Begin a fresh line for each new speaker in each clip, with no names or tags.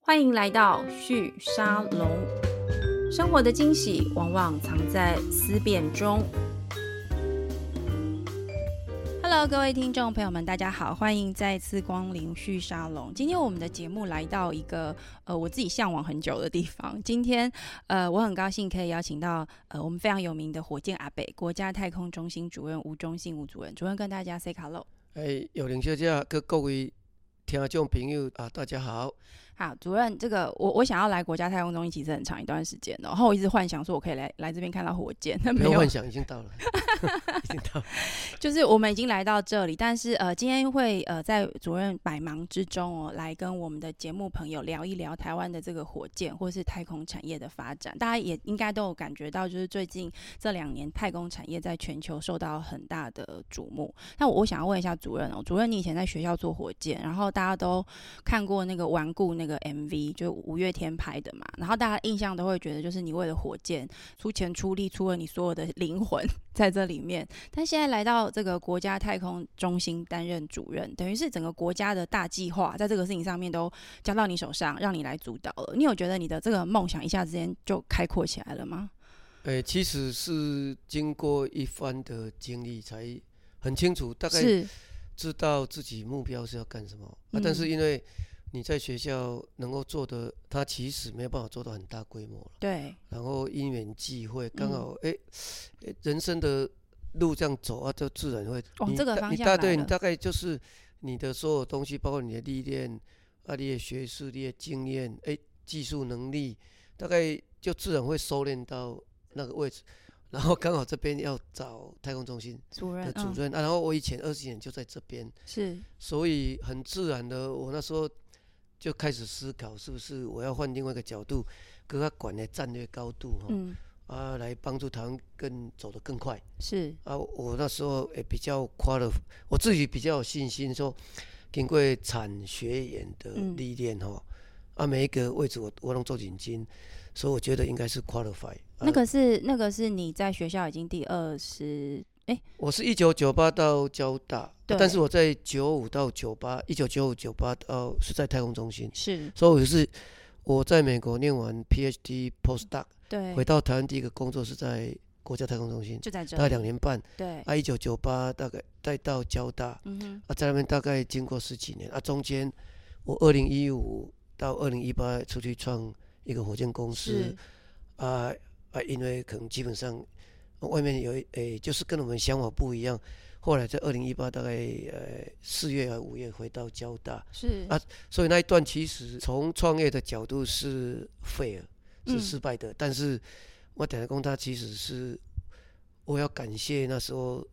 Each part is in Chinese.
欢迎来到旭沙龙。生活的惊喜往往藏在思辨中。Hello，各位听众朋友们，大家好，欢迎再次光临旭沙龙。今天我们的节目来到一个呃我自己向往很久的地方。今天呃我很高兴可以邀请到呃我们非常有名的火箭阿北，国家太空中心主任吴忠信吴主任，主任跟大家 say hello。
诶，玉玲哎小姐，佮各位听众朋友啊，大家好。
好，主任，这个我我想要来国家太空中心其实很长一段时间哦了，然后我一直幻想说我可以来来这边看到火箭，但
不
没
用
有
幻，想，已 经到了，已经到了。
就是我们已经来到这里，但是呃，今天会呃在主任百忙之中哦，来跟我们的节目朋友聊一聊台湾的这个火箭或是太空产业的发展。大家也应该都有感觉到，就是最近这两年太空产业在全球受到很大的瞩目。那我我想要问一下主任哦，主任你以前在学校做火箭，然后大家都看过那个《顽固》那个 MV，就五月天拍的嘛，然后大家印象都会觉得，就是你为了火箭出钱出力，出了你所有的灵魂在这里面。但现在来到这个国家太空中心担任主任，等于是整个国家的大计划在这个事情上面都交到你手上，让你来主导了。你有觉得你的这个梦想一下之间就开阔起来了吗？
诶，哎其实是经过一番的经历，才很清楚，大概
是，
知道自己目标是要干什么啊。
嗯
但是因为你在学校能够做的，它其实没有办法做到很大规模了。
对，
然后因缘际会，刚
嗯
好诶，诶人生的路这样走啊，就自然会
往
你
这个
大
方
你
向
大
来
对你
了
大概就是你的所有东西，包括你的历练、啊，你的学识、你的经验、哎，技术能力，大概就自然会收敛到那个位置。然后刚好这边要找太空中心
主任
的，主
嗯，
任、啊，然后我以前二十年就在这边，
是，
所以很自然的，我那时候就开始思考，是不是我要换另外一个角度，跟他管的战略高度哈、
嗯，
啊，来帮助台湾更走得更快。
是，
啊，我那时候也比较夸了，我自己比较有信心说，经过产学研的
嗯
历练哈、啊，每一个位置我我能做紧紧，所以我觉得应该是 qualify、啊。
那个是那个是你在学校已经第二十，
我是一九九八到交大，啊
对
但是我在九五到九八，一九九五九八到是在太空中心，
是
所以我是我在美国念完 PhD postdoc，
对
回，到台湾第一个工作是在国家太空中心，
就在这
大概
里，
两年半。
对，
啊，一九九八大概再到交大，
嗯哼，
啊，在那边大概经过十几年啊，中间我二零一五到二零一八出去创一个火箭公司
是，
啊啊，因为可能基本上外面有一诶、就是跟我们想法不一样。后来在二零一八大概呃四月还五月回到交大，
是
啊所以那一段其实从创业的角度是 fail
嗯
是失败的，但是我等下工他其实是我要感谢那时候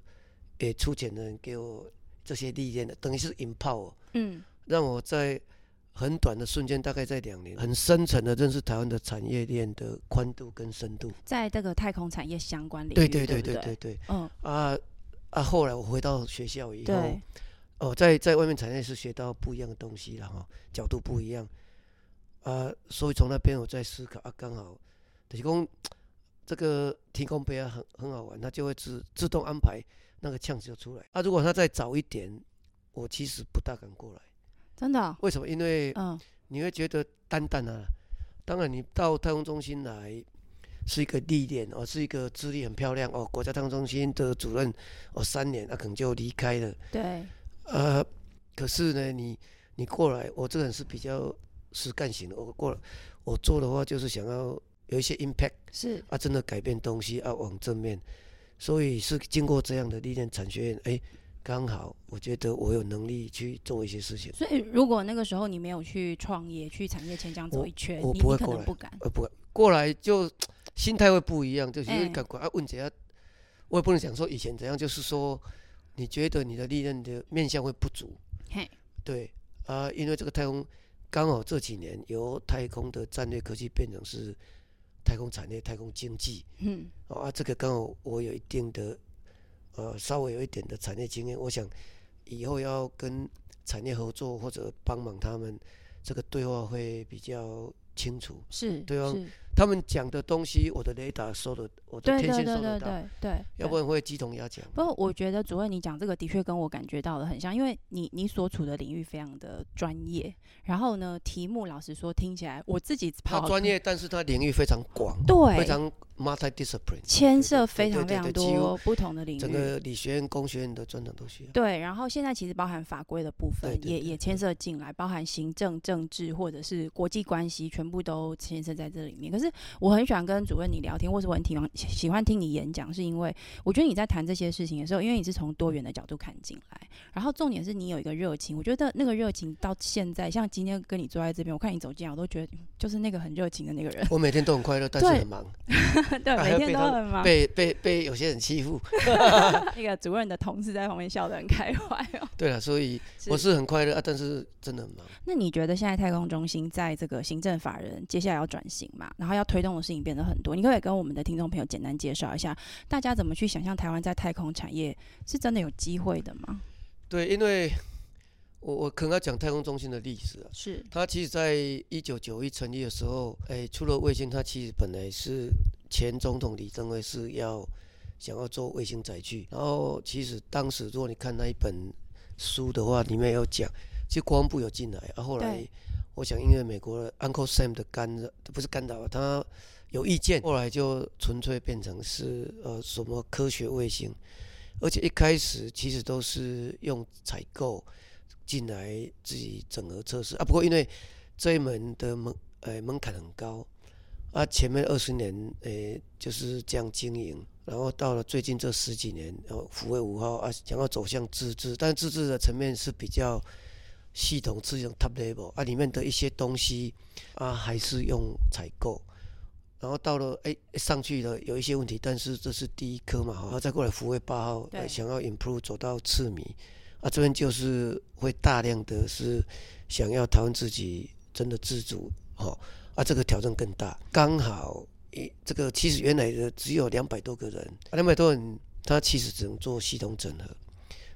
也出钱的人给我这些历练的，等于是 empower
嗯，
让我在很短的瞬间，大概在两年，很深层的认识台湾的产业链的宽度跟深度。
在这个太空产业相关领域，
对
对
对对
不
对对对
嗯，
啊啊！后来我回到学校以后，
对，
哦，在在外面产业是学到不一样的东西了哈、角度不一样啊，所以从那边我在思考啊，刚好提供这个提供杯啊很很好玩，它就会自自动安排那个呛就出来啊。如果他再早一点，我其实不大敢过来，
真的哦，
为什么？因为
嗯，
你会觉得单单啊，当然你到太空中心来是一个历练哦，是一个资历很漂亮哦，国家太空中心的主任哦，三年那、可能就离开了。
对，
呃，可是呢，你你过来，我这个人是比较实干型的，我过来我做的话就是想要有一些 impact
是
啊，真的改变东西啊，往正面，所以是经过这样的历练，产学院哎，刚好我觉得我有能力去做一些事情，
所以，如果那个时候你没有去创业，去产业前这样走
我
一圈，
我
你
不会
你可
过
能
来
不敢。
呃，不过来就心态会不一样，就是
哎
你赶快啊问怎样，我也不能讲说以前怎样，就是说你觉得你的历练的面向会不足，
嘿，
对啊、因为这个太空刚好这几年由太空的战略科技变成是太空产业、太空经济
嗯，
哦啊，这个刚好我有一定的呃稍微有一点的产业经验，我想以后要跟产业合作或者帮忙他们，这个对话会比较清楚。
是，
对啊
是，
他们讲的东西，我的雷达收的，我的
对
天
对
线
对
收
对
得到，
对对，
要不
对
然会鸡同鸭讲。
不过我觉得主任你讲这个的确跟我感觉到的很像，因为你你所处的领域非常的专业，然后呢，题目老实说听起来我自己
他
跑
专业，但是他领域非常广，非
对
常 multi-discipline，
牵涉
对对
非
对
常
对
非常
对几乎
多不同的领
整
域。
个理学院、工学院的啊专长都需要。
对，然后现在其实包含法规的部分
对对
也
对
也牵涉进来，包含行政、政治或者是国际关系，全部都牵涉在这里面。可是我很喜欢跟主任你聊天，或是我很喜欢喜欢听你演讲，是因为我觉得你在谈这些事情的时候，因为你是从多元的角度看进来，然后重点是你有一个热情。我觉得那个热情到现在，像今天跟你坐在这边，我看你走进来，我都觉得嗯就是那个很热情的那个人。
我每天都很快乐，但是
对
很忙，
对，
还
每
要
天
哎被
都
他
很忙。
被被被有些人欺负。
那个主任的同事在旁边笑得很开怀哦。
对了，所以我是很快乐啊，但是真的很忙。
那你觉得现在太空中心在这个行政法人接下来要转型嘛，然后要推动的事情变得很多，你可不可以跟我们的听众朋友简单介绍一下，大家怎么去想象台湾在太空产业是真的有机会的吗？
对，因为我我可能要讲太空中心的历史啊。
是
它其实，在一九九一成立的时候，哎，除了卫星，它其实本来是前总统李登辉是要想要做卫星载具，然后其实当时如果你看那一本书的话，里面有讲，其实国防部有进来，啊，后来
对
我想因为美国的 Uncle Sam 的干扰，不是干扰啊，他有意见，后来就纯粹变成是呃什么科学卫星，而且一开始其实都是用采购进来自己整合测试啊，不过因为这一门的门呃门槛很高。啊，前面二十年，诶、就是这样经营，然后到了最近这十几年，然后福卫五号啊，想要走向自治，但自治的层面是比较系统是用 top level 啊，里面的一些东西啊，还是用采购。然后到了哎、上去了有一些问题，但是这是第一颗嘛，哈然后再过来福卫八号，呃
对
想要 improve 走到次米啊，这边就是会大量的是想要台湾自己真的自主，哈、啊，这个挑战更大。刚好一这个其实原来的只有两百多个人，啊两百多人他其实只能做系统整合，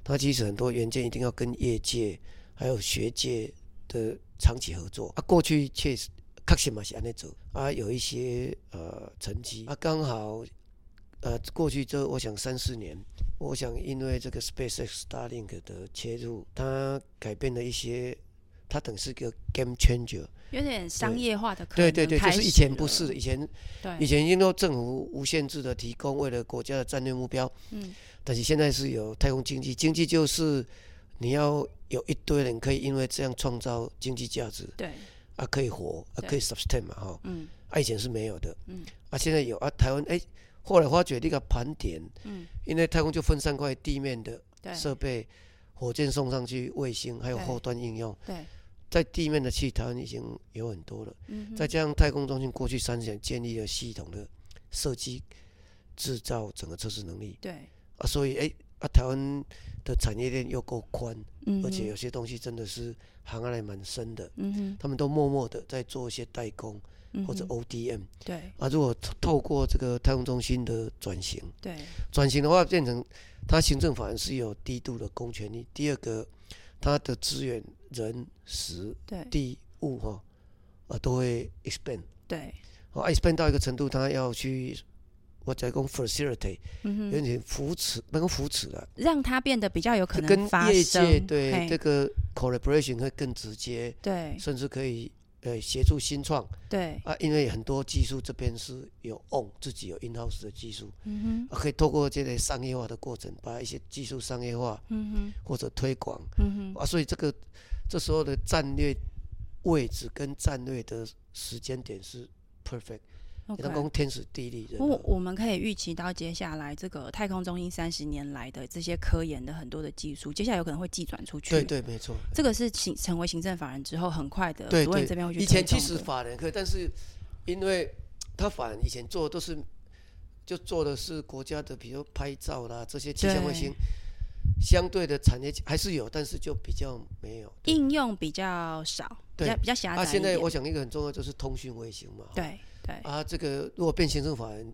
他其实很多元件一定要跟业界还有学界的长期合作。啊，过去确实确实嘛是安尼做，啊有一些呃成绩，啊刚好呃过去这我想三四年。我想，因为这个 SpaceX Starlink 的切入，它改变了一些，它等于是个 game changer，
有点商业化的可能
对对对，就
开
是以
始
前不
了
是，以前以
对，
前应该政府无限制的提供，为了国家的战略目标，
嗯，
但是现在是有太空经济，经济就是你要有一堆人可以因为这样创造经济价值
对，
啊，可以活啊，
对
可以 sustain 嘛哈，
嗯
啊以前是没有的，
嗯
啊现在有啊，台湾哎、后来发觉这个盘点，
嗯，
因为太空就分三块，地面的
对
设备、火箭送上去、卫星，还有
对
后端应用，
对，
在地面的器台湾已经有很多了。
嗯哼，
再加上太空中心过去三十年建立了系统的设计、制造整个测试能力
对，
啊，所以哎、啊，台湾的产业链又够宽，
嗯哼，
而且有些东西真的是行业还蛮深的，
嗯哼，
他们都默默的在做一些代工
嗯哼
或者哦 ODM
对
啊。如果透透过这个太空中心的转型，
对
转型的话变成它行政法人是有低度的公权力，第二个它的资源、人、时、
对
地、物哈、啊都会 expand。
对，
哦，expand 到一个程度，他要去，我在讲 facilitate，
嗯
有
哼，
点扶持，不能扶持了，
让它变得比较有可
就跟
能发
业界
生，
对
嘿
这个 collaboration 会更直接，
对
甚至可以呃协助新创
对，
啊，因为很多技术这边是有 on 自己有 in house 的技术、
嗯哼，
啊，可以透过这类商业化的过程，把一些技术商业化
嗯哼。
或者推广
嗯哼，
啊，所以这个这时候的战略位置跟战略的时间点是 perfect，也
OK
能讲天时地利人
不
和
过。我们可以预期到接下来这个太空中心三十年来的这些科研的很多的技术，接下来有可能会寄转出去。
对，对，没错。
这个是行成为行政法人之后，很快的，
对
主任
对
这边会去
以前
推动
其实
的
法人可以，但是因为他法人以前做的都是就做的是国家的，比如拍照啦这些气象卫星，相对的产业还是有，但是就比较没有。对
应用比较少，比
对
较比较狭
啊，
窄一
现在
点。
我想一个很重要就是通讯卫星嘛。。
对对
啊，这个如果变行政法人，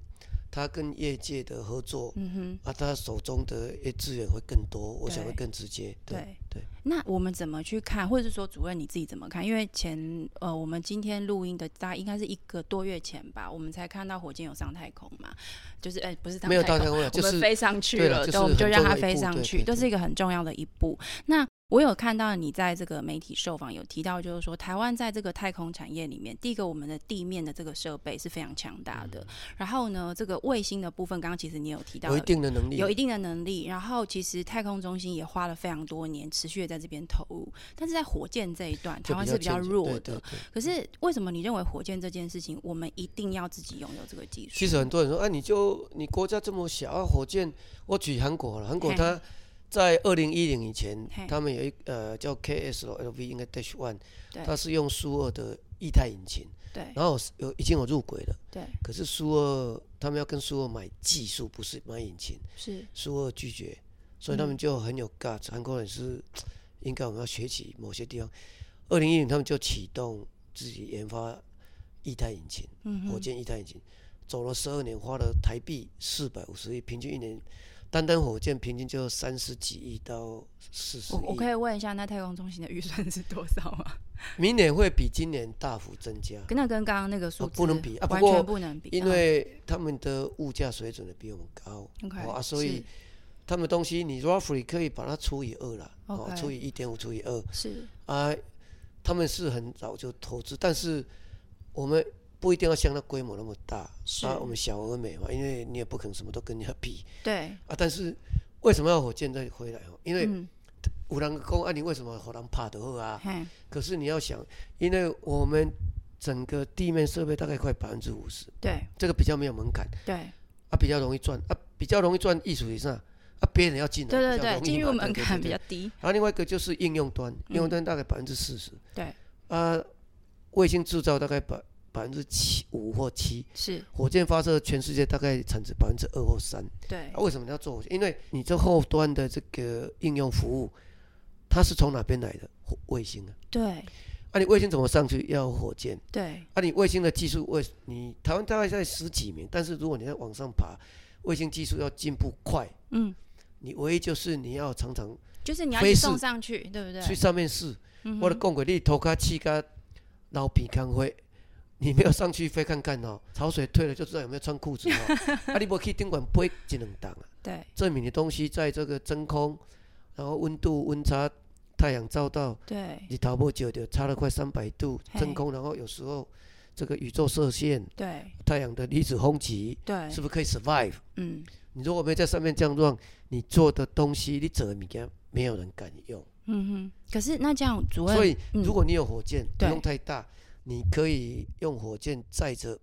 他跟业界的合作，
嗯哼，
啊，他手中的一资源会更多，我想会
对
更直接。对，
对
对。
那我们怎么去看，或者是说主任你自己怎么看？因为前呃，我们今天录音的大概应该是一个多月前吧，我们才看到火箭有上太空嘛，就是哎、不是上
没有
太
到
空
太空了，就
我们
是
飞上去
对
了，
了就是
对我们就
很
让
重
它
要一
飞
步
上
对
去，
对
这是
对
一个很重要的一步。那我有看到你在这个媒体受访有提到，就是说台湾在这个太空产业里面，第一个我们的地面的这个设备是非常强大的，
嗯
然后呢，这个卫星的部分，刚刚其实你有提到
有一。定的能力，
有一定的能力，然后其实太空中心也花了非常多年，持续的在这边投入。但是在火箭这一段，台
就
湾是比较
欠缺
弱
对
的。
对对
可是为什么你认为火箭这件事情，我们一定要自己拥有这个技术？
其实很多人说啊，你就你国家这么小啊，火箭，我举韩国了，韩国
嘿
它在二零一零以前
嘿，
他们有一呃叫 KSLV 应该 Dash One，
对
它是用苏二的液态引擎，
对
然后有已经有入轨了，
对
可是苏二他们要跟苏二买技术，不是买引擎，
是，
苏二拒绝，所以他们就很有 guts，韩国人是应该我们要学习某些地方。二零一零他们就启动自己研发液态引擎。
嗯哼
火箭一台引擎，走了十二年，花了台币四百五十亿，平均一年，单单火箭平均就三十几亿到四十
我我可
亿，
以问一下，那太空中心的预算是多少 吗？
明年会比今年大幅增加，
跟那跟刚刚那个数
啊
字、
不能比啊不
完
过
全不能比。
因为他们的物价水准呢比我们高，
嗯 OK，
哦啊，所以他们东西你 roughly 可以把它除以二啦，哦，
OK
除以一点五除以二
是是
啊，他们是很早就投资，但是我们不一定要像它规模那么大，
是
啊，我们小而美嘛，因为你也不可能什么都跟人家比，
对，
啊，但是为什么要火箭再回来哦？因为
嗯，
有人讲啊，你为什么火人怕得好啊？
嘿，
可是你要想，因为我们整个地面设备大概快百分之五十，
对
这个比较没有门槛，
对
啊，比较容易赚，啊，比较容易赚艺术以上，啊，别人要进来，
对对对，进入门
门
槛比。
对对
较
对
低，
然后另外一个就是应用端，应用端大概百分之四十，
对，
啊，卫星制造大概百百分之七五或七，
是
火箭发射全世界大概产值百分之二或三。
对
啊，为什么你要做火箭？因为你这后端的这个应用服务，它是从哪边来的？火卫星啊！
对
啊，你卫星怎么上去？要火箭。
对
啊，你卫星的技术为你台湾大概在十几名，但是如果你在往上爬，卫星技术要进步快，
嗯，
你唯一就是你要常常
就是你要
飞
去
逝
送上去，对不
去
对？
上面试。
嗯
我的
哼
讲过，你头壳气甲老鼻康灰，你没有上去飞看看哦，潮水退了就知道有没有穿裤子哦。啊，你无去顶管飞一两档啊。
对
证明的东西在这个真空，然后温度温差，太阳照到，
对
你头不久就差了快三百度
嘿
真空，然后有时候这个宇宙射线、
对
太阳的离子轰击，
对
是，不是可以 survive？
嗯
你如果没有在上面这样让你做的东西，你做的物件没有人敢用。
嗯哼。可是那这样，主任，
所以
嗯
如果你有火箭，不
对
用太大，你可以用火箭载着，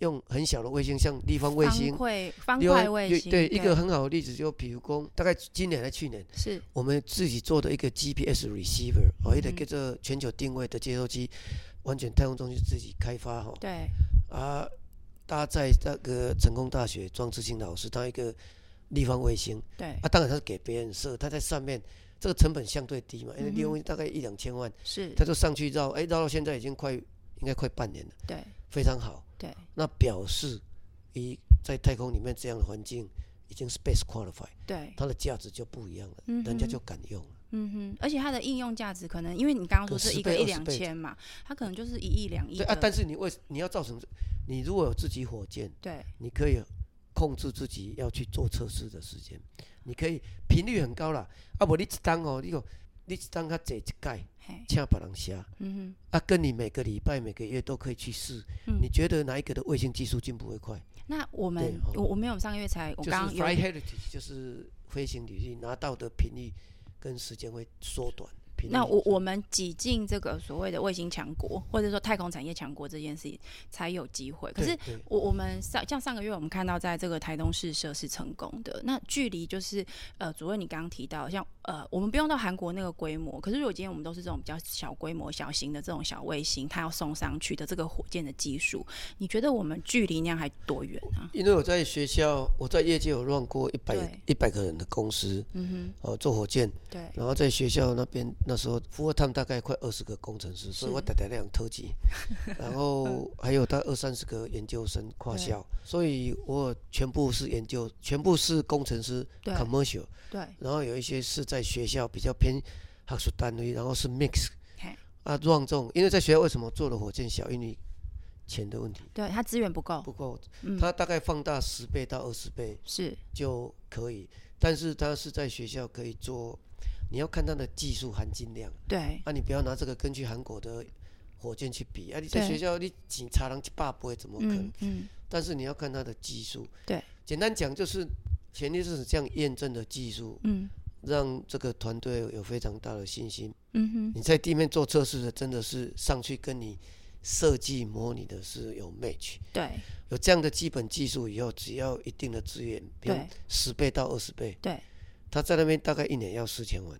用很小的卫星，像立方卫星
方。块方
另外
块卫
对
星，
对，一个很好的例子就比如说，大概今年还去年，
是
我们自己做的一个 GPS receiver，哦，一个
嗯
叫做全球定位的接收机，完全太空中心自己开发哈、
对
啊，搭载那个成功大学庄志清老师当一个立方卫星
对
啊，当然他是给别人设，他在上面这个成本相对低嘛，因为
嗯哼
立方卫星大概一两千万，
是，
他就上去绕，哎，绕到现在已经快应该快半年了，
对
非常好，
对
那表示一在太空里面这样的环境已经 space qualified，
对，
它的价值就不一样了，
嗯
人家
哼
就敢用了。
嗯哼，而且它的应用价值可能，因为你刚刚说
可
是
10
一个
倍
一
20
两
倍
千嘛，它可能就是一亿两亿
对
的。
啊，但是你为你要造成，你如果有自己火箭，
对
你可以控制自己要去做测试的时间，你可以频率很高啦。啊，无你一单哦，你讲你一单较坐一届，
嘿，
请别人写，
嗯
啊，跟你每个礼拜、每个月都可以去试，
嗯
你觉得哪一个的卫星技术进步会快？
哼，那我们
哦
我我没有上个月才，我
就是
刚
f l y
刚有
heritage，就是飞行履历拿到的频率跟时间会缩短。频率
那我我们挤进这个所谓的卫星强国，或者说太空产业强国这件事情才有机会。可
对
是
对
我我们上像上个月我们看到，在这个台东试射是成功的。那距离就是呃，主任你刚刚提到，像呃，我们不用到韩国那个规模，可是如果今天我们都是这种比较小规模、小型的这种小卫星，它要送上去的这个火箭的技术，你觉得我们距离那样还多远啊？
因为我在学校，我在业界有乱过一百
对
一百个人的公司，
嗯
哦，做火箭，
哼，对
然后在学校那边那时候富尔烫大概快二十个工程师，所以我打打两 特级，然后还有大概二三十个研究生跨校，所以我全部是研究，全部是工程师
对
commercial，
对，
然后有一些是在学校比较偏学术单位，然后是 mix
嘿
啊，让这种，因为在学校为什么做了火箭小，因为钱的问题
对他资源不够，
不够，
嗯，
它大概放大十倍到二十倍，
是
就可以，但是它是在学校可以做，你要看它的技术含金量
对
啊，你不要拿这个跟去韩国的火箭去比啊，你在
对
学校你警察人去霸不会怎么可能？
嗯嗯，
但是你要看它的技术，
对，
简单讲就是前提是这样验证的技术，
嗯
让这个团队有非常大的信心。
嗯哼，
你在地面做测试的，真的是上去跟你设计模拟的是有 match，
对
有这样的基本技术以后，只要一定的资源，比如
对
十倍到二十倍。
对，
他在那边大概一年要四千万，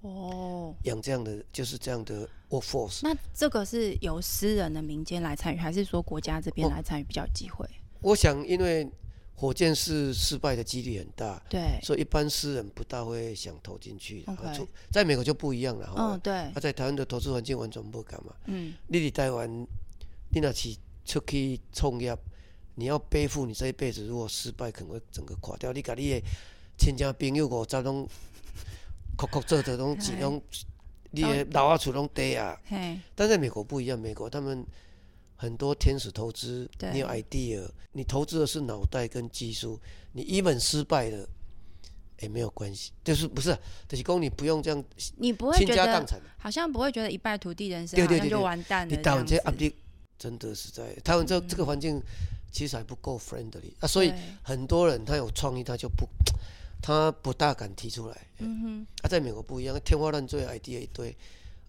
哦，
养这样的就是这样的 workforce。
那这个是由私人的民间来参与，还是说国家这边
哦
来参与比较有机会？
我想，因为火箭是失败的几率很大，
对，
所以一般私人不大会想投进去。
OK
啊除在美国就不一样了哈
嗯，。对
他、，在台湾的投资环境完全不敢嘛。
嗯，
你伫台湾，你若是出去创业，你要背负你这一辈子如果失败，可能会整个垮掉。你甲你的亲戚朋友五十拢， 哭哭做做拢钱拢，你的老啊厝拢地啊。
嘿，
但在美国不一样，美国他们很多天使投资，
对
你有 idea，你投资的是脑袋跟技术，你一本失败了也没有关系，就是不是啊，就是讲你不用这样
你不会
倾
觉
家荡
得
产，
好像不会觉得一败涂地人生，
对
好
对
像
对
就
对
完蛋
你
了
打完这
这
压
样子。嗯
力真的是在台湾这这个环境其实还不够 friendly 啊，所以
对，
很多人他有创意，他就不他不大敢提出来
嗯哼，
啊，在美国不一样，天花乱坠 idea 一堆。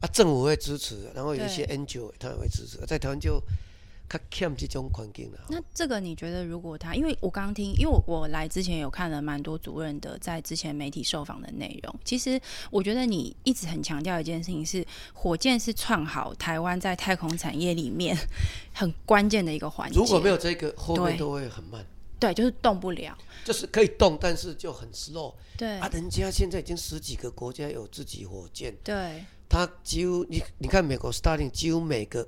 啊，政府会支持，然后有一些 angel 他也会支持，啊在台湾就较欠这种环境了。
那这个你觉得，如果他，因为我刚刚听，因为我我来之前有看了蛮多主任的在之前媒体受访的内容。其实我觉得你一直很强调一件事情是，火箭是创好台湾在太空产业里面很关键的一个环节。
如果没有这个，后
对
面都会很慢，
对，就是动不了。
就是可以动，但是就很 slow
对、
啊。人家现在已经十几个国家有自己火箭，
对
它几乎你你看美国 Starlink 几乎每个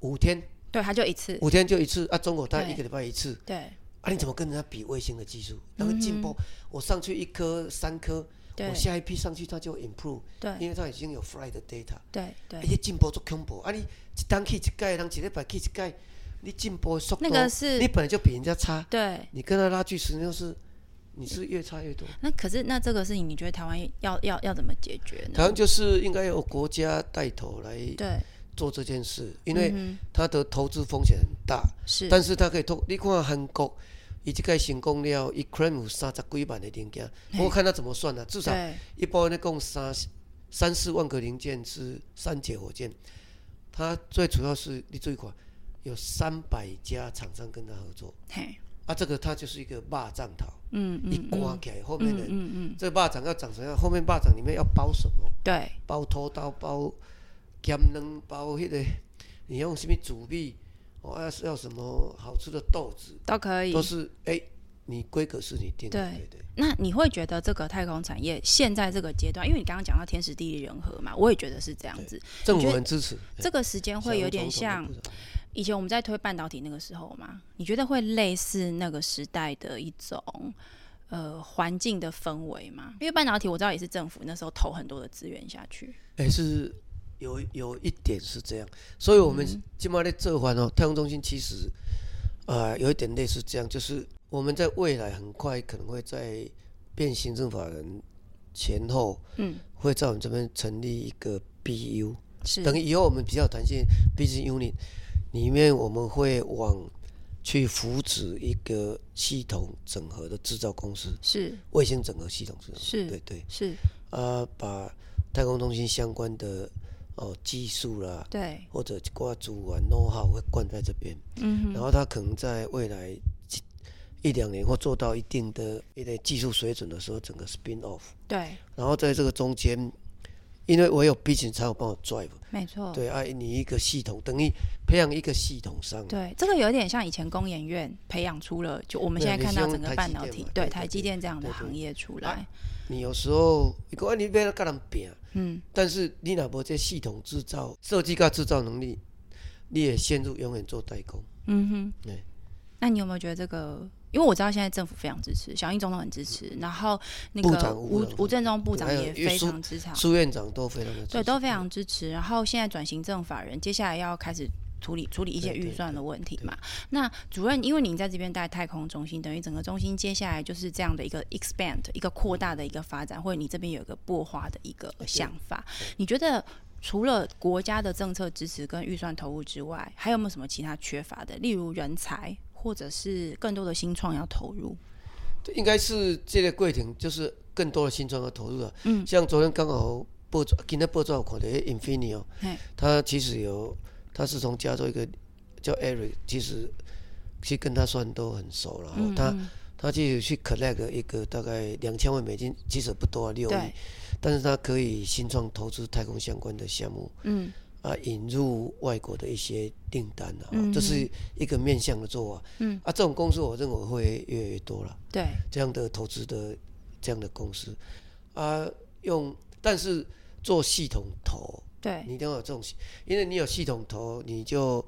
五天
对，他就一次。
五天就一次啊，中国大概
对
一个礼拜一次
对
啊，你怎么跟人家比卫星的技术？那个进步，我上去一颗三颗，
嗯对
我下一批上去它就 improve，
对
因为它已经有 fly 的 data，
对对
而，且进步足恐怖啊！你一单去一届，人一礼拜去一届，你进步的速度
那，个是
你本来就比人家差。
对。嗯
你跟他拉锯，实际上是你是越差越多。
那可是那这个事情，你觉得台湾要要要怎么解决
台
呢？
湾就是应该由国家带头来
对，
做这件事，因为
嗯
它的投资风险很大，
哼是
但是它可以通。你看韩国，伊即个成功了，伊 claim 有三十几万的零件，我看他怎么算啊，至少
对
一般那共三三四万个零件是三节火箭，它最主要是你注意看，有三百家厂商跟他合作
嘿
啊，这个它就是一个霸占头，
嗯
一
嗯
刮起来，后面
嗯
的
嗯嗯嗯
这霸掌要长什么样？后面霸掌里面要包什么？
对
包土豆，包咸卵，包迄、个，你用什么煮米？哦，要是要什么好吃的豆子，
都可以
都。是哎、你规格是你定的，
对
对对。
那你会觉得这个太空产业现在这个阶段，因为你刚刚讲到天时地利人和嘛，我也觉得是这样子。
政府很支持，
这个时间会有点像
小龙总统的部长
以前我们在推半导体那个时候嘛，你觉得会类似那个时代的一种呃环境的氛围吗？因为半导体我知道也是政府那时候投很多的资源下去。
哎、是有有一点是这样，所以我
嗯
们今麦在这环哦，太空中心其实啊、呃有一点类似这样，就是我们在未来很快可能会在变行政法人前后，
嗯，
会在我们这边成立一个 BU，
是
等于以后我们比较有弹性 business unit 里面，我们会往去扶持一个系统整合的制造公司，
是
卫星整合系统制造公司，
是
对对，
是，
啊，把太空中心相关的哦技术啦，
对，
或者挂主管 know how 会灌在这边，
嗯哼，
然后它可能在未来几一两年或做到一定的一类技术水准的时候，整个 spin off。
对
然后在这个中间，因为我有 B 群才有帮我 drive，
没错，
对啊，你一个系统等于培养一个系统上，
对，这个有点像以前工研院培养出了，就我们
对
现在
你
看
是
到
用
整个
台
半
积
导
电
体
嘛，
对
对
台
对
积电这样的
对对啊
行业出来，
你有时候你讲啊，你要跟人拼，
嗯，
但是你若无这系统制造、设计跟制造能力，你也陷入永远做代工。
嗯哼，
对。
那你有没有觉得这个？因为我知道现在政府非常支持，小英总统很支持，然后那
嗯部
个
长吴
吴
吴
吴正中部长
还有
也
运
非
输
常支持，
苏院长都非常的
啊对，都非常支持。然后现在转型正法人，接下来要开始处理处理一些
对
预
对
算的问题
对
嘛。那主任，因为您在这边带太空中心，等于整个中心接下来就是这样的一个 expand，一个扩大的一个发展，或者你这边有一个擘画的一个想法，你觉得？除了国家的政策支持跟预算投入之外，还有没有什么其他缺乏的？例如人才，或者是更多的新创要投入？
应该是这个过程，就是更多的新创和投入了。嗯，像昨天刚好报纸，今天报纸我看到 Infineon，
嘿
他其实有，他是从加州一个叫 Eric，其实其实跟他算都很熟了。
嗯
哦他他其实去 collect 一个大概两千万美金，其实不多啊，六亿，
对，
但是他可以新创投资太空相关的项目。
嗯，
啊，引入外国的一些订单啊，哦
嗯
这是一个面向的做法。
嗯，
啊，这种公司我认为会越来越多了。
对，
这样的投资的这样的公司啊，用但是做系统投，
对，
你一定要有这种系，因为你有系统投，你就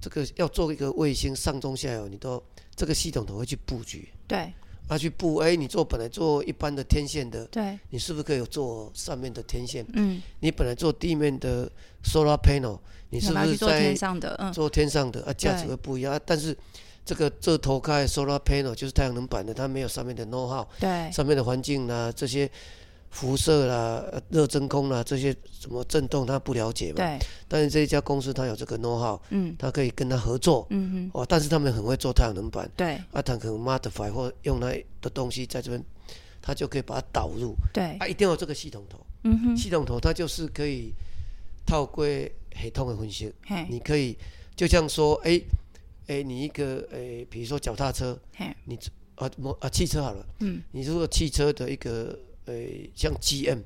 这个要做一个卫星上中下游，你都这个系统投会去布局，
对，
啊去布，哎，你做本来做一般的天线的，
对，
你是不是可以有做上面的天线？
嗯，
你本来做地面的 solar panel，你是
要不
不
要
是
去做天
在
上的？嗯，
做天上的啊，价值
对
会不一样、啊？但是这个这头开 solar panel 就是太阳能板的，它没有上面的 know how。
对，
上面的环境啦、这些辐射啦、呃热真空啦、这些什么震动，他不了解嘛。
对，
但是这一家公司它有这个 know how，
嗯
它可以跟他合作。
嗯哼，
哦，但是他们很会做太阳能板，
对
啊，他可能 modify 或用来的东西在这边，他就可以把它导入。
对，
啊，一定要有这个系统头，
嗯哼，
系统头它就是可以透过系统的分析，
嘿，
你可以就像说，哎、哎、你一个哎、比如说脚踏车，
嘿，
啊，摩啊汽车好了，
嗯，
你如果汽车的一个呃，像 GM，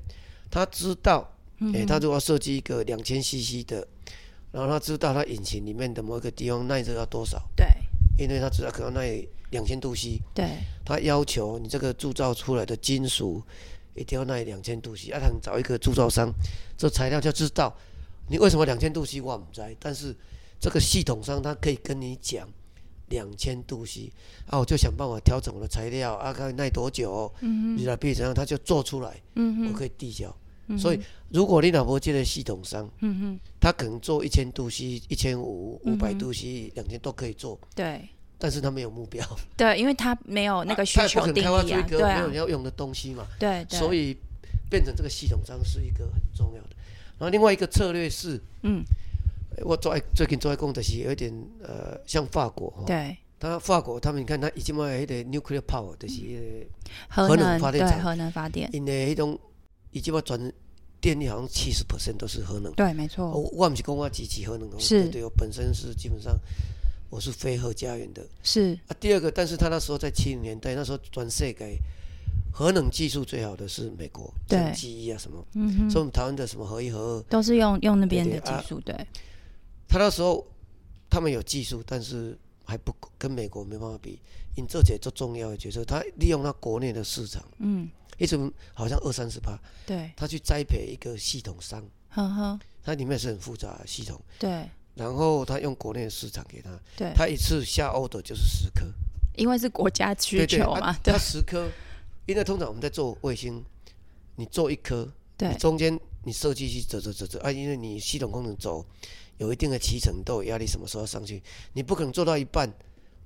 他知道，
嗯
诶、他如果要设计一个两千 CC 的，然后他知道他引擎里面的某一个地方耐热要多少，
对，
因为他知道可能耐两千度 C，
对，
他要求你这个铸造出来的金属一定要耐两千度 C，啊，他能找一个铸造商，这材料就知道你为什么两千度 C 我不知道，但是这个系统上他可以跟你讲两千度 C，啊，我就想办法调整我的材料，啊，看耐多久，嗯，你来比怎样，他就做出来，嗯，我可以递交。
嗯
所以，如果你老婆接的系统商，嗯哼，他可能做一千度 C、一千五、五百度 C、两千都可以做，
对，
但是他没有目标，
对，因为他没有那个需
他也不
求
可能
定
开发出
义
一
啊，
个
对
没有
啊
人，要用的东西嘛。
对，对，
所以变成这个系统上是一个很重要的。然后另外一个策略是，
嗯
呃，我做最近做爱讲的是有一点呃，像法国哈，
对，
他法国他们你看他已经买迄个 nuclear power，就是迄
核
核能
能，
发电
对，
厂
核能发电
个，因为迄种已经要转电力好像七十 percent 都是核能。
对，没
哦
错，
我我不是讲我支持核能，哦
是
对对，我本身是基本上我是非核家园的。
是，
啊，第二个，但是他那时候在七零年代，那时候全世界核能技术最好的是美国，
对
像 GE 啊什么，
嗯哼，
所以我们台湾的什么核一核二，
都是用用那边的
对对
技
啊
术，对，
他那时候他们有技术，但是还不够跟美国没办法比。尹这姐做重要的角色，他利用他国内的市场，
嗯，
一直好像二三十趴，
对，
他去栽培一个系统商，
呵呵，
它里面是很复杂的系统，
对，
然后他用国内的市场给他，
对，
他一次下 order 就是十颗，
因为是国家需
对对，
求
啊
嘛，对
它，十颗，因为通常我们在做卫星，你做一颗，你
对，
中间你设计去走走走走啊，因为你系统工程走有一定的骑程都有压力，什么时候要上去，你不可能做到一半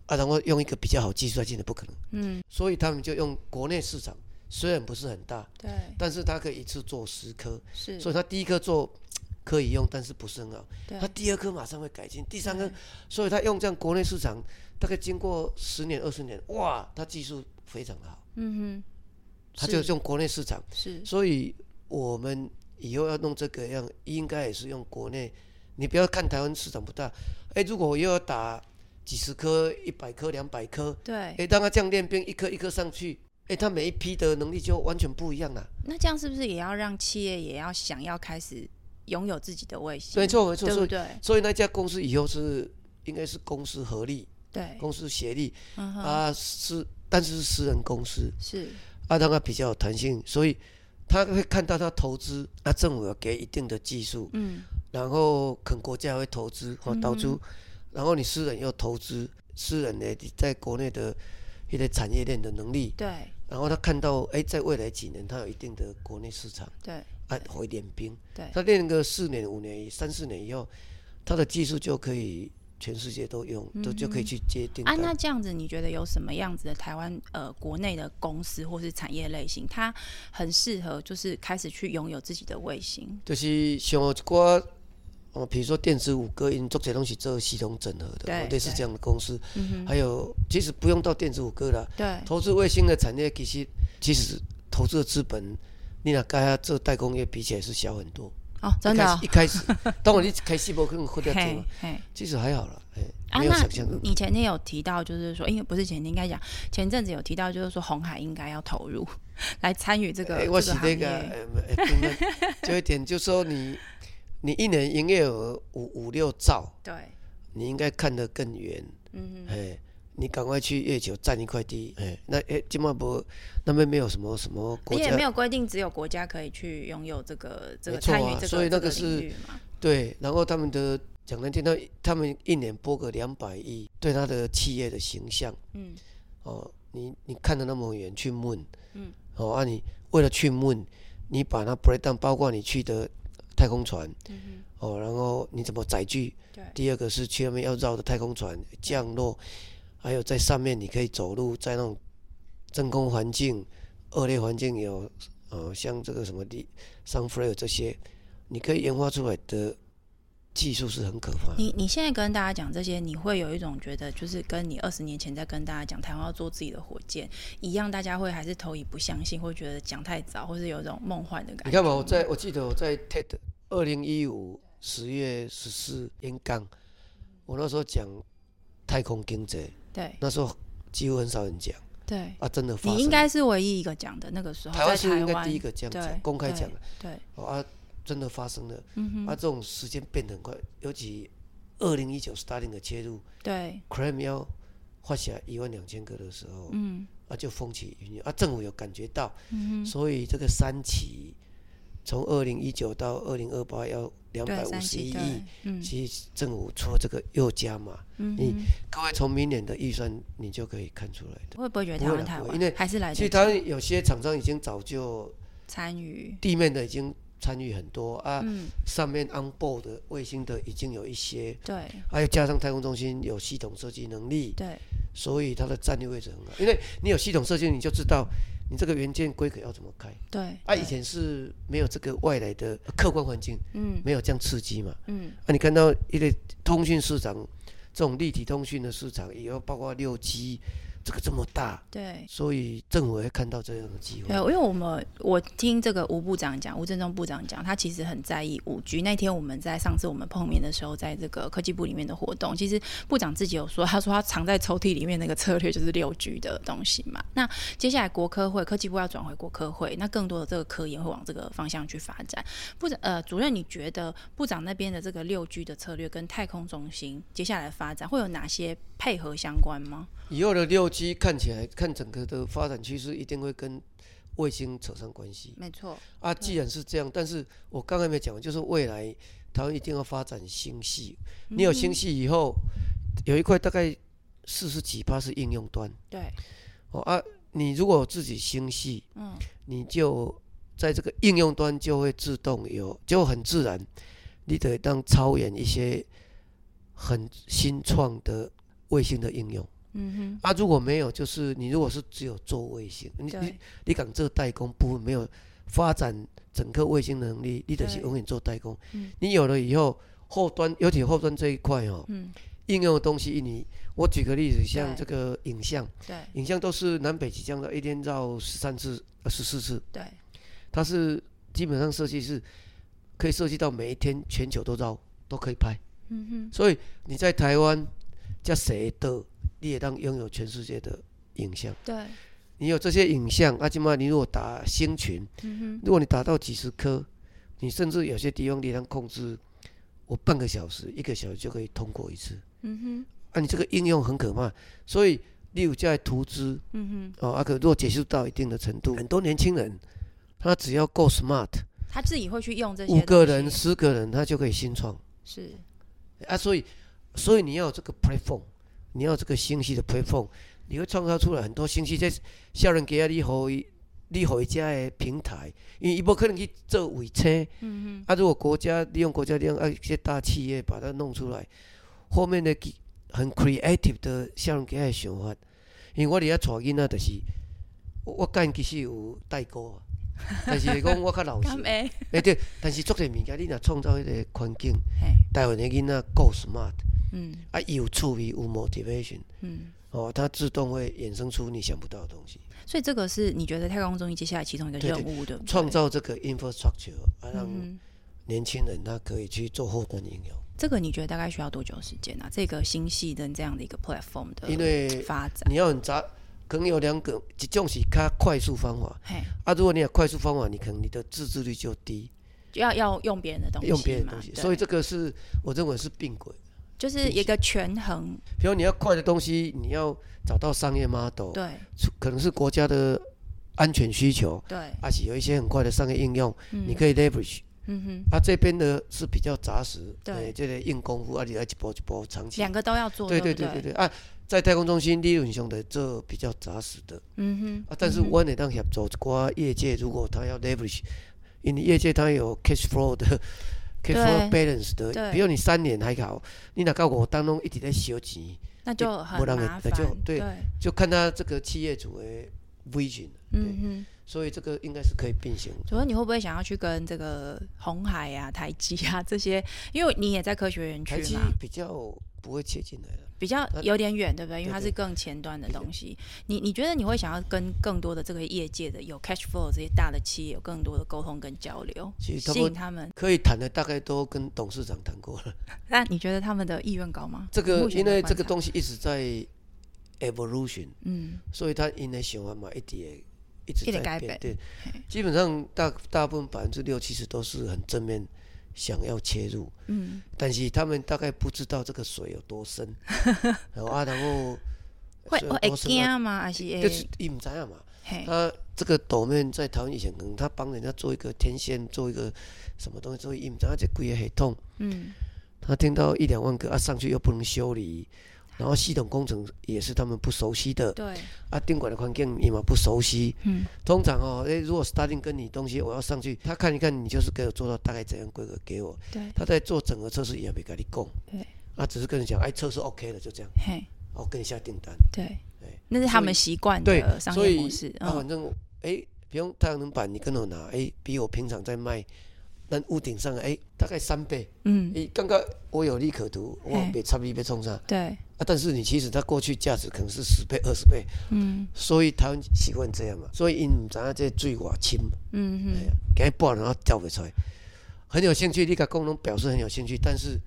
啊，然后用一个比较好技术来进的不可能，
嗯，
所以他们就用国内市场，虽然不是很大，
对，
但是它可以一次做十颗，
是，
所以它第一颗做。可以用，但是不是很好。
对
它第二颗马上会改进，第三颗，所以它用这样国内市场，大概经过十年二十年，哇，它技术非常好。
嗯哼，
他就是用国内市场，
是，
所以我们以后要弄这个样，应该也是用国内。你不要看台湾市场不大，哎、如果我又要打几十颗、一百颗、两百颗，
对
哎、，让它这样练兵，一颗一颗上去，哎、他每一批的能力就完全不一样了。
那这样是不是也要让企业也要想要开始拥有自己的卫星？
没错，没错，
对
所
不
以
对？
所以那家公司以后是应该是公司合力、
对，
公司协力
嗯哼，
啊，是但是是私人公司
是
啊，让它比较有弹性，所以他会看到他投资啊，政府要给一定的技术，
嗯，
然后肯国家会投资哦，
嗯
导出，然后你私人又投资，私人呢在国内的一些产业链的能力，
对
然后他看到哎，在未来几年他有一定的国内市场，
对
啊，会练兵，
对
他练个四年、五年、三四年以后，他的技术就可以全世界都用，都、就可以去接订
嗯啊，
单。
那这样子你觉得有什么样子的台湾呃国内的公司或是产业类型，它很适合就是开始去拥有自己的卫星？
就是像一寡，哦，比如说电子五哥，因做这东西做系统整合的，
对
哦类似
对
这样的公司，
嗯哼，嗯
还有其实不用到电子五哥啦，
对
投资卫星的产业其实其实投资的资本，你若跟他做代工业比起来是小很多。
哦，真的、哦，
一开始，一开始当然你开细胞可能会掉做
嘿
嘛，
嘿。
其实还好啦，哎、
啊，
没有
那
想象的。
你前天有提到，就是说，因为不是前天，应该讲前阵子有提到，就是说红海应该要投入 来参与这个、
哎
这
我
个
是
行
那
业。
个，哎哎真的就一点就说你，你一年营业额五五六兆，
对，
你应该看得更远，
嗯哼，
哎，你赶快去月球占一块地，哎，那哎，今嘛不那边没有什么什么
而
国
且没
家，
有规定只有国家可以去拥有这个这个
没错啊
参与这个
所以那个
这领域嘛。
对，然后他们的讲难听，他他们一年拨个两百亿，对他的企业的形象，
嗯，
哦，你你看得那么远去问，
嗯，
哦，啊，你为了去问，你把它 break down，包括你去的太空船，
嗯
哦，然后你怎么载具，
哼，对，
第二个是去那边要绕的太空船降落，还有在上面你可以走路，在那种真空环境、恶劣环境有，呃，像这个什么的 sunflare 这些，你可以研发出来的技术是很可怕的。
你你现在跟大家讲这些，你会有一种觉得，就是跟你二十年前在跟大家讲台湾要做自己的火箭一样，大家会还是投以不相信，会觉得讲太早，或是有一种梦幻的感觉。
你看嘛，我在我记得我在 TED 二零一五十月十四演讲，我那时候讲太空经济，
对
那时候几乎很少人讲
对，
啊，真的发
你
生。
应该是唯一一个讲的那个时候，
台湾
在
是
台
应该
湾
第一个这样
对
讲，公开
对
讲的、
对，
哦、啊，真的发生了。
嗯
啊，
哼，
这种时间变得很快，尤其二零一九 Starling 的切入
对，
，Crimea 发下一万两千个的时候，
嗯
啊，就风起云涌啊，政府有感觉到，
嗯哼，
所以这个三期从二零一九到二零二八要两百
对，
五
三
十
期
一
对
亿，，
嗯
其实政府出了这个又加码，
嗯
你
哼，
各位从明年的预算你就可以看出来的。
会不会觉得
不
台
会
湾
啦
太
不会
晚？
因为
还是来
其实
得
台湾有些厂商已经早就
参与，
地面的已经参与很多啊，
嗯，
上面 on board 的卫星的已经有一些。
对
还有加上太空中心有系统设计能力，
对，
所以它的战略位置很好。因为你有系统设计，你就知道你这个元件规格要怎么开。
对，
啊，
对
以前是没有这个外来的客观环境，
嗯
没有这样刺激嘛。
嗯
啊，你看到一个通讯市场，这种立体通讯的市场，也要包括六 G，这个这么大，
对。
所以政府会看到这样的机会
对，。因为我们我听这个吴部长讲，吴振中部长讲，他其实很在意五 G。那天我们在上次我们碰面的时候，在这个科技部里面的活动，其实部长自己有说，他说他藏在抽屉里面那个策略就是六 G 的东西嘛。那接下来国科会科技部要转回国科会，那更多的这个科研会往这个方向去发展。部长呃，主任，你觉得部长那边的这个六 G 的策略跟太空中心接下来的发展会有哪些配合相关吗？
以后的六 G 看起来，看整个的发展趋势，一定会跟卫星扯上关系。
没错，
啊，既然是这样，但是我刚才没讲完，就是未来台湾一定要发展星系。
嗯
你有星系以后，有一块大概四十几趴是应用端
对，
哦啊，你如果有自己星系，
嗯
你就在这个应用端就会自动有，就很自然，你得当超越一些很新创的卫星的应用。
嗯
啊，如果没有，就是你如果是只有做卫星，
哼，
你你
对
你讲这代工部分没有发展整个卫星能力，你得是
对
永远做代工
嗯。
你有了以后，后端尤其后端这一块哦，
嗯
应用的东西，你我举个例子，像
对
这个影像，
对
影像都是南北极这样的，一天绕十三次、呃十四次，
对。
它是基本上设计是可以设计到每一天全球都绕都可以拍。
嗯哼，
所以你在台湾加谁的，你也当拥有全世界的影像。
对，
你有这些影像，啊，即嘛你如果打星群，
嗯
如果你打到几十颗，你甚至有些地方你能控制，我半个小时、一个小时就可以通过一次。
哼，嗯哼，
啊，你这个应用很可怕，所以例如在投资
嗯
哦，啊，可如果解释到一定的程度，很多年轻人他只要够 smart，
哼，他自己会去用这些
五个
东
人、
西
十个人他就可以新创
是，
啊，所以所以你要有这个 platform，你要有这个信息的 platform，你会创造出来很多信息在少人家啊你互伊你互伊家的平台，因为伊无可能去做尾车。
嗯
啊，如果国家利用国家力量，啊，一些大企业把它弄出来，后面的其很 creative 的向人家的想法，因为我伫遐带囡仔，就是我我跟其实有代沟啊，但是是讲我较老
哼，
实
干，杯，
哎对，但是做者物件你若创造迄个环境，
嘿，
台湾的囡仔够 smart，
嗯
啊伊有趣味有 motivation，
嗯，
哦，它自动会衍生出你想不到的东西，
所以这个是你觉得太空综艺接下来其中一个
对
任
对
务的
创，造这个 infrastructure，啊
对不对
让
嗯哼，
年轻人他可以去做后端应用。
这个你觉得大概需要多久时间啊呢？这个星系的这样的一个 platform 的，
因为
发展，
你要很杂，可能有两个，一种是较快速方法
嘿，
啊。如果你有快速方法，你可能你的自制率就低，
就要要用别人的东西嘛，
用别人的东西，
对
所以这个是我认为是并轨。
就是一个权衡，
比如你要快的东西，你要找到商业 model，
对
出可能是国家的安全需求，
对，
而且有一些很快的商业应用，
嗯
你可以 leverage。
嗯哼，
啊，这边的是比较扎实，
对
哎这个硬功夫，而且一波一波长期。
两个都要做，
对
对不
对对对，啊，在太空中心利润上的这比较扎实的。
嗯哼
啊，，但是我也当协助一寡业界，如果他要 leverage，因为业界他有 cash flow 的 cash flow
对
balance
对
的，比如你三年还好，你若到五当中一直在烧钱，
那就很
没人会
麻
那
烦，
就对
对，
就看他这个企业主的 vision，
嗯哼。
所以这个应该是可以并行。
主任，你会不会想要去跟这个红海啊、台积啊这些？因为你也在科学园区
台积
嘛，
比较不会切进来了，
比较
它
有点远，对不对？因为
对
它
对
是更前端的东西。你你觉得你会想要跟更多的这个业界的有 cash flow 这些大的企业有更多的沟通跟交流，
其实他
吸
们
引他们？
可以谈的大概都跟董事长谈过了。
那你觉得他们的意愿高吗？
这个
目前
因
的
为
观
这个
察，
东西一直在 evolution，
嗯，
所以他因的想法嘛，一直会一直
一直
在
改
变
变。
对
嘿，
基本上大大部分百分之六七十都是很正面想要切入，
嗯，
但是他们大概不知道这个水有多 深，然后啊，然后
会
水有
我会
多深啊
惊吗？还是
就
会
是伊唔知啊嘛。
嘿？
他这个斗面在台湾以前可能他帮人家做一个天线，做一个什么东西，所以伊唔知道这贵个系统。
嗯，
他听到一两万个啊，上去又不能修理，然后系统工程也是他们不熟悉的，
对，
啊，定管的环境也嘛不熟悉。
嗯，
通常哦，诶，如果 starting 跟你东西，我要上去，他看一看，你就是给我做到大概怎样规格给我。
对，
他在做整个测试也没跟你讲，
对，
啊，只是跟你讲，哎，测试 OK 了，就这样，
嘿，
哦，跟你下订单。
对
对，
那是他们
所以
习惯
对
的商
所
业
以
模式。
啊，
嗯，
反正哎，比如太阳能板，你跟我拿，哎，比我平常在卖，但屋顶上的哎，大概三倍。
嗯，
哎，刚刚我有利可图，我
嘿
别差别别冲上啊，
对，
但是你其实它过去价值可能是十倍、二十倍，
嗯
所以台湾习惯这样嘛，所以因唔知影这水偌深。
嗯
哎
嗯
呀，给半然后跳不出来，很有兴趣。你甲工人表示很有兴趣，但是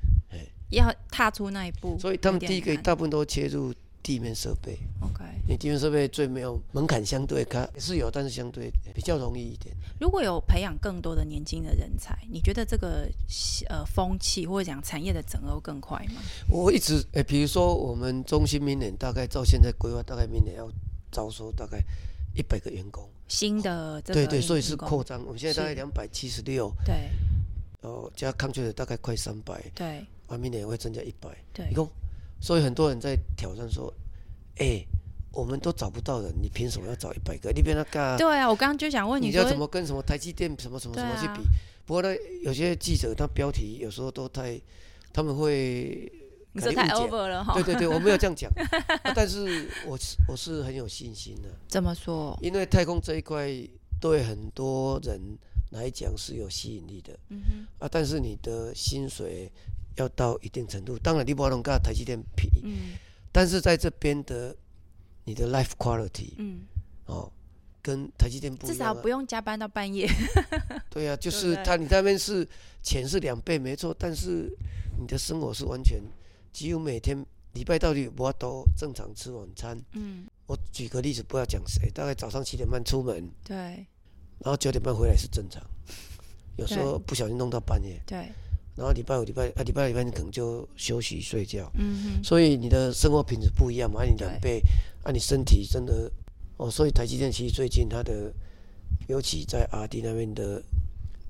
要踏出那一步，
所以他们
嗯有
第一
点
个
难
大部分都切入地面设备，
OK。
你地面设备最没有门槛，相对它是有，但是相对比较容易一点。
如果有培养更多的年轻的人才，你觉得这个呃风气或者讲产业的整合会更快吗？
我一直诶、比如说我们中心明年大概照现在规划，大概明年要招收大概一百个员工，
新的这个
对对，所以是
员工
扩张。我们现在大概
是
两百七十六，
对
哦，加康觉的大概快三百，
对
啊，明年会增加一百。
对
你看，所以很多人在挑战说：“哎、我们都找不到人，你凭什么要找一百个？你别那干，
对啊！我刚刚就想问
你
你
要
说
怎么跟什么台积电什么什么什么
对
去
啊
比？”不过呢，有些记者他标题有时候都太，他们会
你说太
可能误解
over 了哈
对？对对，我没有这 样讲，啊但是我是我是很有信心的，
怎么说？
因为太空这一块对很多人来讲是有吸引力的
嗯哼
啊，但是你的薪水要到一定程度，当然你不能跟台积电比，
嗯
但是在这边的你的 life quality
嗯，
哦，跟台积电不一
至
样、啊，
少不用加班到半夜。
对啊，就
对
是
不对
他你那边是钱是两倍没错，但是你的生活是完全几乎每天礼拜到礼拜我都正常吃晚餐，
嗯
我举个例子，不要讲谁，大概早上七点半出门，
对
然后九点半回来是正常，有时候不小心弄到半夜，
对，
然后礼拜五、礼拜啊礼拜礼拜你可能就休息睡觉，
嗯哼，
所以你的生活品质不一样嘛，啊你两
对
倍，啊你身体真的哦，所以台积电其实最近它的，尤其在 R D 那边的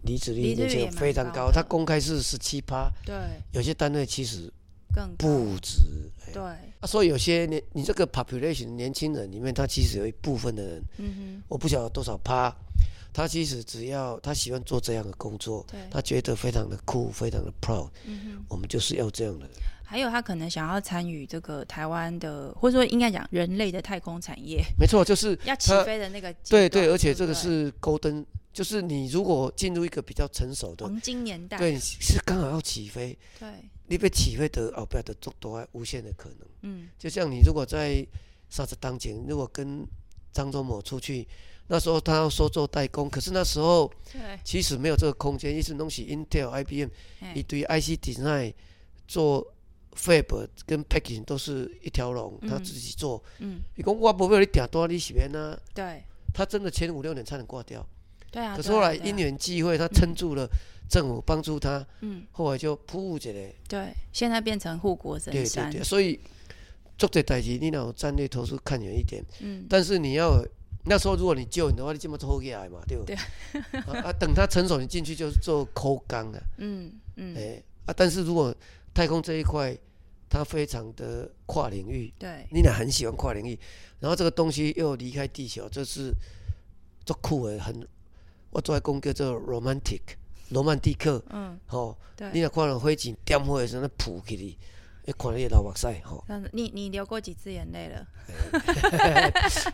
离职率
离职率
已经
也蛮
非常
高
高，
的
它公开是十七趴，
对，
有些单位其实
更高
不止。
对，
啊，所以有些你你这个 population 年轻人里面，他其实有一部分的人，
嗯
我不晓得多少趴，他其实只要他喜欢做这样的工作，
哼，对，
他觉得非常的酷，非常的 proud，
嗯哼。
我们就是要这样的人。
还有他可能想要参与这个台湾的，或者说应该讲人类的太空产业
没错，就是
要起
他
飞的那个阶
对
段，
对，而且
不
这个
对
是勾登，就是你如果进入一个比较成熟的，
黄金年代，
嗯对，是刚好要起飞，
对，
你被起飞哦的后边的足多还无限的可能。
嗯
就像你如果在沙子当前，如果跟张忠谋出去，那时候他要说做代工，可是那时候
对，
其实没有这个空间，一直东西 Intel、IBM
哎
一堆 IC design 做 fab 跟 packing 都是一条龙，他
嗯
自己做。
嗯
你讲我不为你订单，你是边啊？
对
他真的前五六年差点挂掉，
对啊，
可是
对啊
后来
对啊
因缘际会，他撑住了，政府帮助他，
嗯
后来就铺起来。
对，现在变成护国神
对对
山，
对，所以做这代志，你若有战略投资看远一点。
嗯
但是你要那时候，如果你救你的话，你这么抽起来嘛，对不？对啊啊，等他成熟，你进去就是做抠钢啊，
嗯
哎、
嗯，
啊，但是如果太空这一块，它非常的跨领域，
对
你俩很喜欢跨领域，然后这个东西又离开地球，这是做酷的，很我做爱讲叫做 romantic，罗曼蒂克，
嗯
吼、你
对。，
若看到火箭点火的时候，那扑起你，你看你会流目屎吼
真的你你流过几次眼泪了？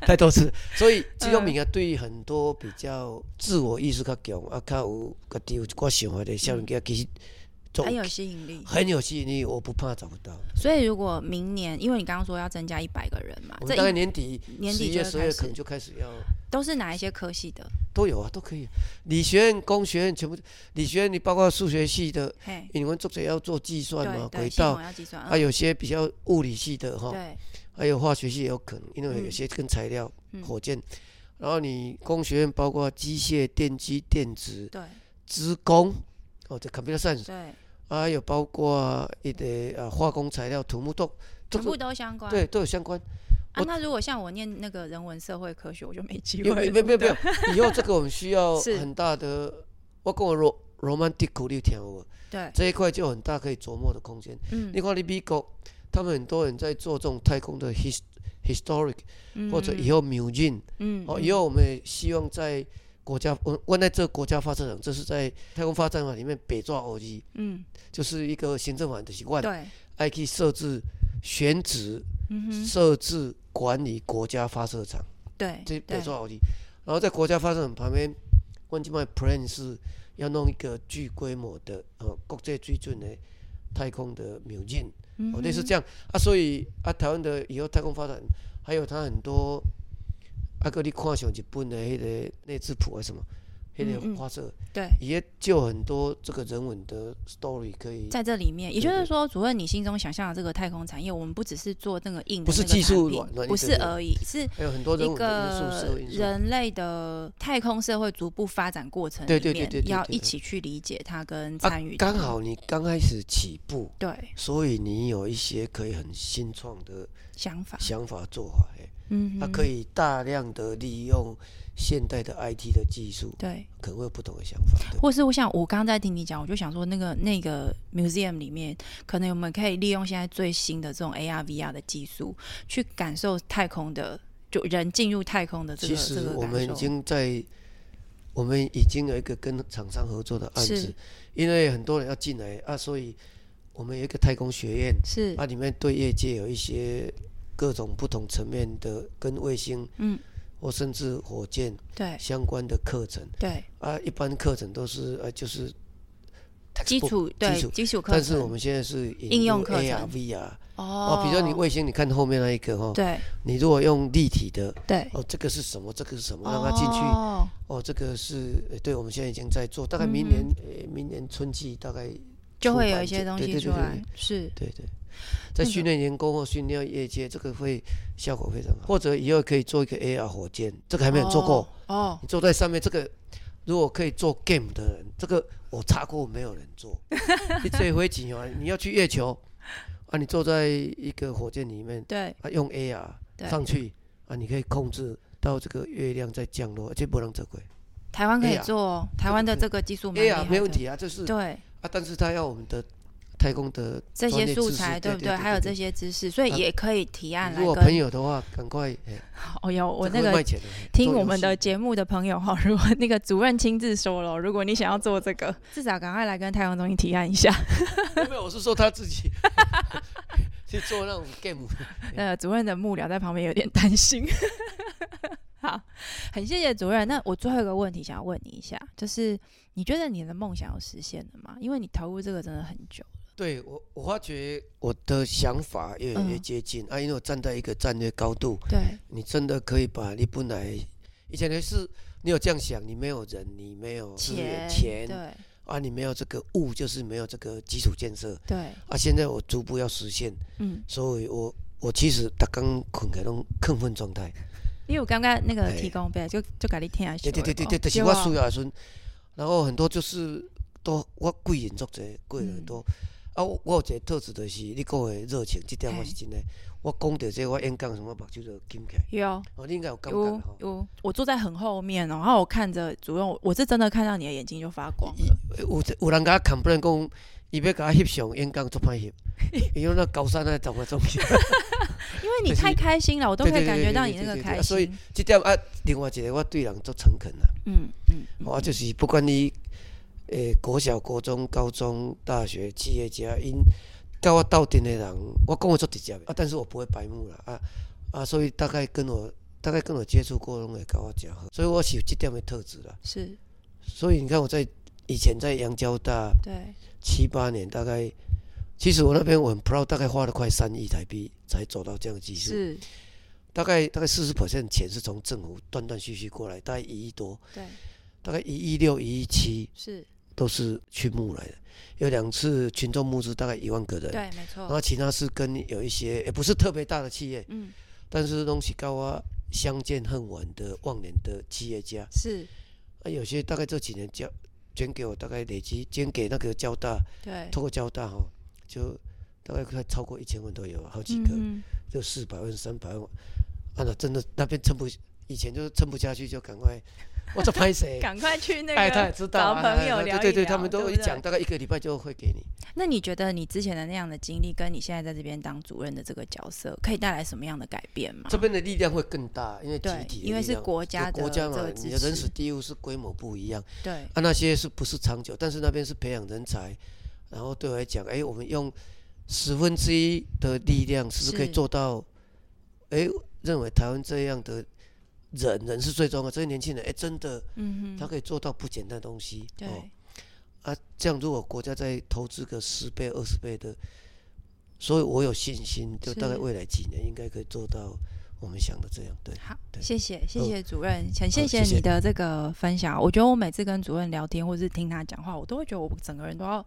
太多次。所以这
嗯
种物件对于很多比较自我意识较强啊，较有家己有一寡想法的少年家，其实做
很有吸引力。
很有吸引力，我不怕找不到。
所以如果明年，因为你刚刚说要增加一百个人嘛，
我
这
们大概
一
年底、
年
十
底
一
就
月、
会
十
开
月可
始
能就开始要
都是哪一些科系的？
都有啊，都可以。理学院、工学院全部，理学院你包括数学系的，
嘿，
因为我们作者要做计算嘛
对，
轨
对，系
道，
统要计算，
还
嗯
有些比较物理系的哈，
对，
还有化学系也有可能，因为
嗯
有些跟材料、
嗯
火箭，然后你工学院包括机械、电机、电子、
对
资工，哦，这 computer science，
对，
啊，还有包括一个呃化工材料、土木都，这
全部
个
都相关。
对都有相关。
啊，
我
那如果像我念那个人文社会科学，我就没机
有
会
没
了。
没没没有，以后这个我们需 要
是
很大的，我跟我罗罗曼蒂克你有听过无？
对，
这一块就有很大可以琢磨的空间。
嗯
你看你美国，他们很多人在做这种太空的 his historic
嗯
或者以后 museum。
嗯
哦，以后我们也希望在国家，我我在这国家发展厂，这是在太空发展法里面北抓偶机，
嗯，
就是一个行政法的习惯，
对，
爱去设置选址、
嗯哼，
设置管理国家发射场，
对，
这
对
北抓偶机。然后在国家发射场旁边，关键卖 plan 是要弄一个巨规模的呃国际水准的太空的 museum，
嗯
哦
哼
类似这样啊，所以啊台湾的以后太空发展，还有它很多啊，搁你看像日本的迄个内兹普还是什么，迄、
嗯嗯
个花色，
对，
也就很多这个人文的 story 可以，
在这里面，也
对
就是
对
说，主任，你心中想象的这个太空产业，我们不只是做那个硬的
不是
那个
技
产
术
品
软软硬
不
对
是
对
而已，是
还有很多人
一
文的因素、社
个
会因素。
人类的太空社会逐步发展过程里
对
面，
对对对对
要
对
一
对
起去理解它跟
啊
参与，它
刚好你刚开始起步，
对
所以你有一些可以很新创的
想法，
想法做法，哎、
嗯，
它、可
以，
以大量的利用现代的 IT 的技术，
对，
可能会有不同的想法。对
或是我想，我刚刚在听你讲，我就想说，那个那个 museum 里面，可能我们可以利用现在最新的这种 AR、VR 的技术，去感受太空的，就人进入太空的这个
其
这
实
个
我
感
们已
受
经在，我们已经有一个跟厂商合作的案
是
子，因为很多人要进来啊，所以我们有一个太空学院，
是
啊，里面对业界有一些各种不同层面的跟卫星，
嗯，
或甚至火箭
对
相关的课程
对
啊，一般课程都是呃就是
基
textbook，
础对基础课程，
但是我们现在是引
应用
入
课
AR
程
VR
哦
哦，，比如说你卫星，你看后面那一个哦，
对
你如果用立体的
对，
哦，这个是什么？这个是什么？让它进去。
哦
哦，这个是呃对，我们现在已经在做，大概明年、呃明年春季大概
嗯就
出
会有
版
一些
界
东
对
西
对
出
对对
来，是
对对，
那
在训练员工或训练业界，这个会效果非常好。或者以后可以做一个 AR 火箭，这个还没有做过。
哦，
你坐在上面，这个如果可以做 game 的人，这个我查过没有人 做。你这回景啊，你要去月球啊，你坐在一个火箭里面
对
啊，用 AR
对，
上去啊，你可以控制到这个月亮在降落，这不能做鬼。
台湾可以
AR
做哦，台湾的这个技术蛮厉害
AR
的，
没问题啊，就是
对
啊，但是他要我们的太空的
这
专
些
业
素
知识
材，
对
不
对
对？还有这
些。
些知识，所以
啊
也可以提案来
如果朋
跟。
友的话，赶快，哎
哦有我
这
那
会
个
卖钱的哎
听
做
我
游
们
戏
的节目的朋友哈， 如果那个主任亲自说了，如果你想要做这个， 至少赶快来跟太阳中心提案一下。
没有，我是说他 自己 去做那种 game。
呃，主任的幕僚在旁边有点担心。 好，很谢谢主任。那我最后一个问题想要问你一下，就是你觉得你的梦想有实现了吗？因为你投入这个真的很久。
对我，我发觉我的想法越来越
嗯
接近、啊，因为我站在一个战略高度，
对
你真的可以把你本来以前的是，你有这样想，你没有人，你没有资源
钱，
钱
对
啊，你没有这个物，就是没有这个基础建设
对，
啊。现在我逐步要实现，
嗯，
所以我我其实他刚困起来拢亢奋状态，
因为我刚刚那个
哎
提供呗，就就给你听下去。
对对对对对，啊就是我需要的时阵，然后很多就是都我贵人作者，贵人很多。啊，我我有一个特质就是你讲的热情，这点我是真的。我讲到这我演讲什么目睭就金起来。
有
哦，你应该有感觉
有
吼。
有，我坐在很后面哦，然后我看着主任，我我是真的看到你的眼睛就发 光了。
有有人甲我 complain 讲，伊要甲我翕相，演讲足歹翕，因为那高山那怎么怎么。
因为你
就是
太开心了，我都
对
可以
对
感
对
觉
对
到
对
你那
对
个
对
开
啊
心。
所以 这点啊，另外一个我对人足诚恳啊啦。
嗯嗯，嗯
我哦啊就是不管你诶、国小、国中、高中、大学、企业家，因甲我斗阵的人，我讲话足直接的啊，但是我不会白目啦啊啊，所以大概跟我大概跟我接触过，拢会甲我讲好，所以我是有这点的特质啦。
是
所以你看我在以前在阳交大
对，
七八年，大概其实我那边我很 proud，大概花了快三亿台币才走到这样的技术，
是，
大概大概四十 percent 钱是从政府断断续续过来，大概一亿多，
对，
大概一亿六、一亿七。
是，
都是去募来的，有两次群众募资大概一万个人，
对，没
然
错，
后其他是跟有一些也不是特别大的企业，
嗯，
但是东西高啊相见恨晚的忘年的企业家，
是
啊有些大概这几年交捐给我大概累积捐给那个交大，
对，
透过交大哈、就大概快超过一千万都有，好几
嗯
个，
嗯
就四百万三百万，啊那真的那边撑不，以前就是撑不下去就赶快，我这拍谁？
赶快去那
哎，他也
个。
知道、啊，
找朋友
哎
聊
对对
一
对，
聊
他们都
对
一
不对
讲，大概一个礼拜就会给你。
那你觉得你之前的那样的经历，跟你现在在这边当主任的这个角色，可以带来什么样的改变吗
这？边的力量会更大，因为集
对，
体的力量，
因为是国家
有
的
国家
这
嘛
个，
你
支
的人事
持，
地务是规模不一样
对，
啊，那些是不是长久？但是那边是培养人才，然后对我来讲，哎，我们用十分之一的力量，是不是可以
是
做到？哎，认为台湾这样的人，人是最重要的，这些年轻人，哎，真的
嗯
他
哼，
可以做到不简单的东西。哦
对，
啊，这样如果国家再投资个十倍、二十倍的，所以我有信心，就大概
是
未来几年应该可以做到我们想的这样。对，
好，
对
谢谢，谢
嗯
谢主任，很哦谢谢
好谢谢
你的这个分享。我觉得我每次跟主任聊天，或是听他讲话，我都会觉得我整个人都要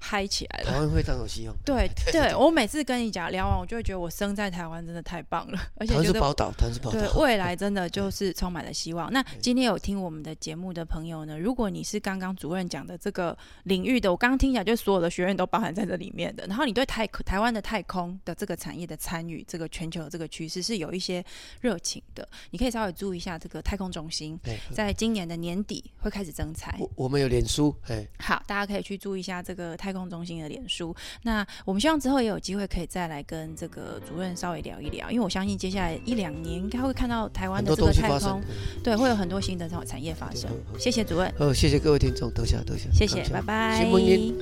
嗨起来了。
台湾会当有希望。
对对，我每次跟你讲聊完，我就会觉得我生在台湾真的太棒了，而且
台湾
觉
是
得
宝岛，台湾是宝
哦 对
岛。
未来真的就是充满了希望。那今天有听我们的节目的朋友呢，如果你是刚刚主任讲的这个领域的，我刚刚听起来就是所有的学院都包含在这里面的。然后你对太台湾的太空的这个产业的参与，这个全球的这个趋势是有一些热情的，你可以稍微注意一下这个太空中心。
对，
在今年的年底会开始征才，
哎我我们有脸书，哎，
好，大家可以去注意一下这个太空中心的脸书。那我们希望之后也有机会可以再来跟这个主任稍微聊一聊，因为我相信接下来一两年应该会看到台湾
很
的
多
这个
东西
太
发
空
生。，
对，会有很多新的这种产业发生。谢谢主任，
呃，谢谢各位听众，多谢多谢，
谢谢
感，
拜拜
新婚姻。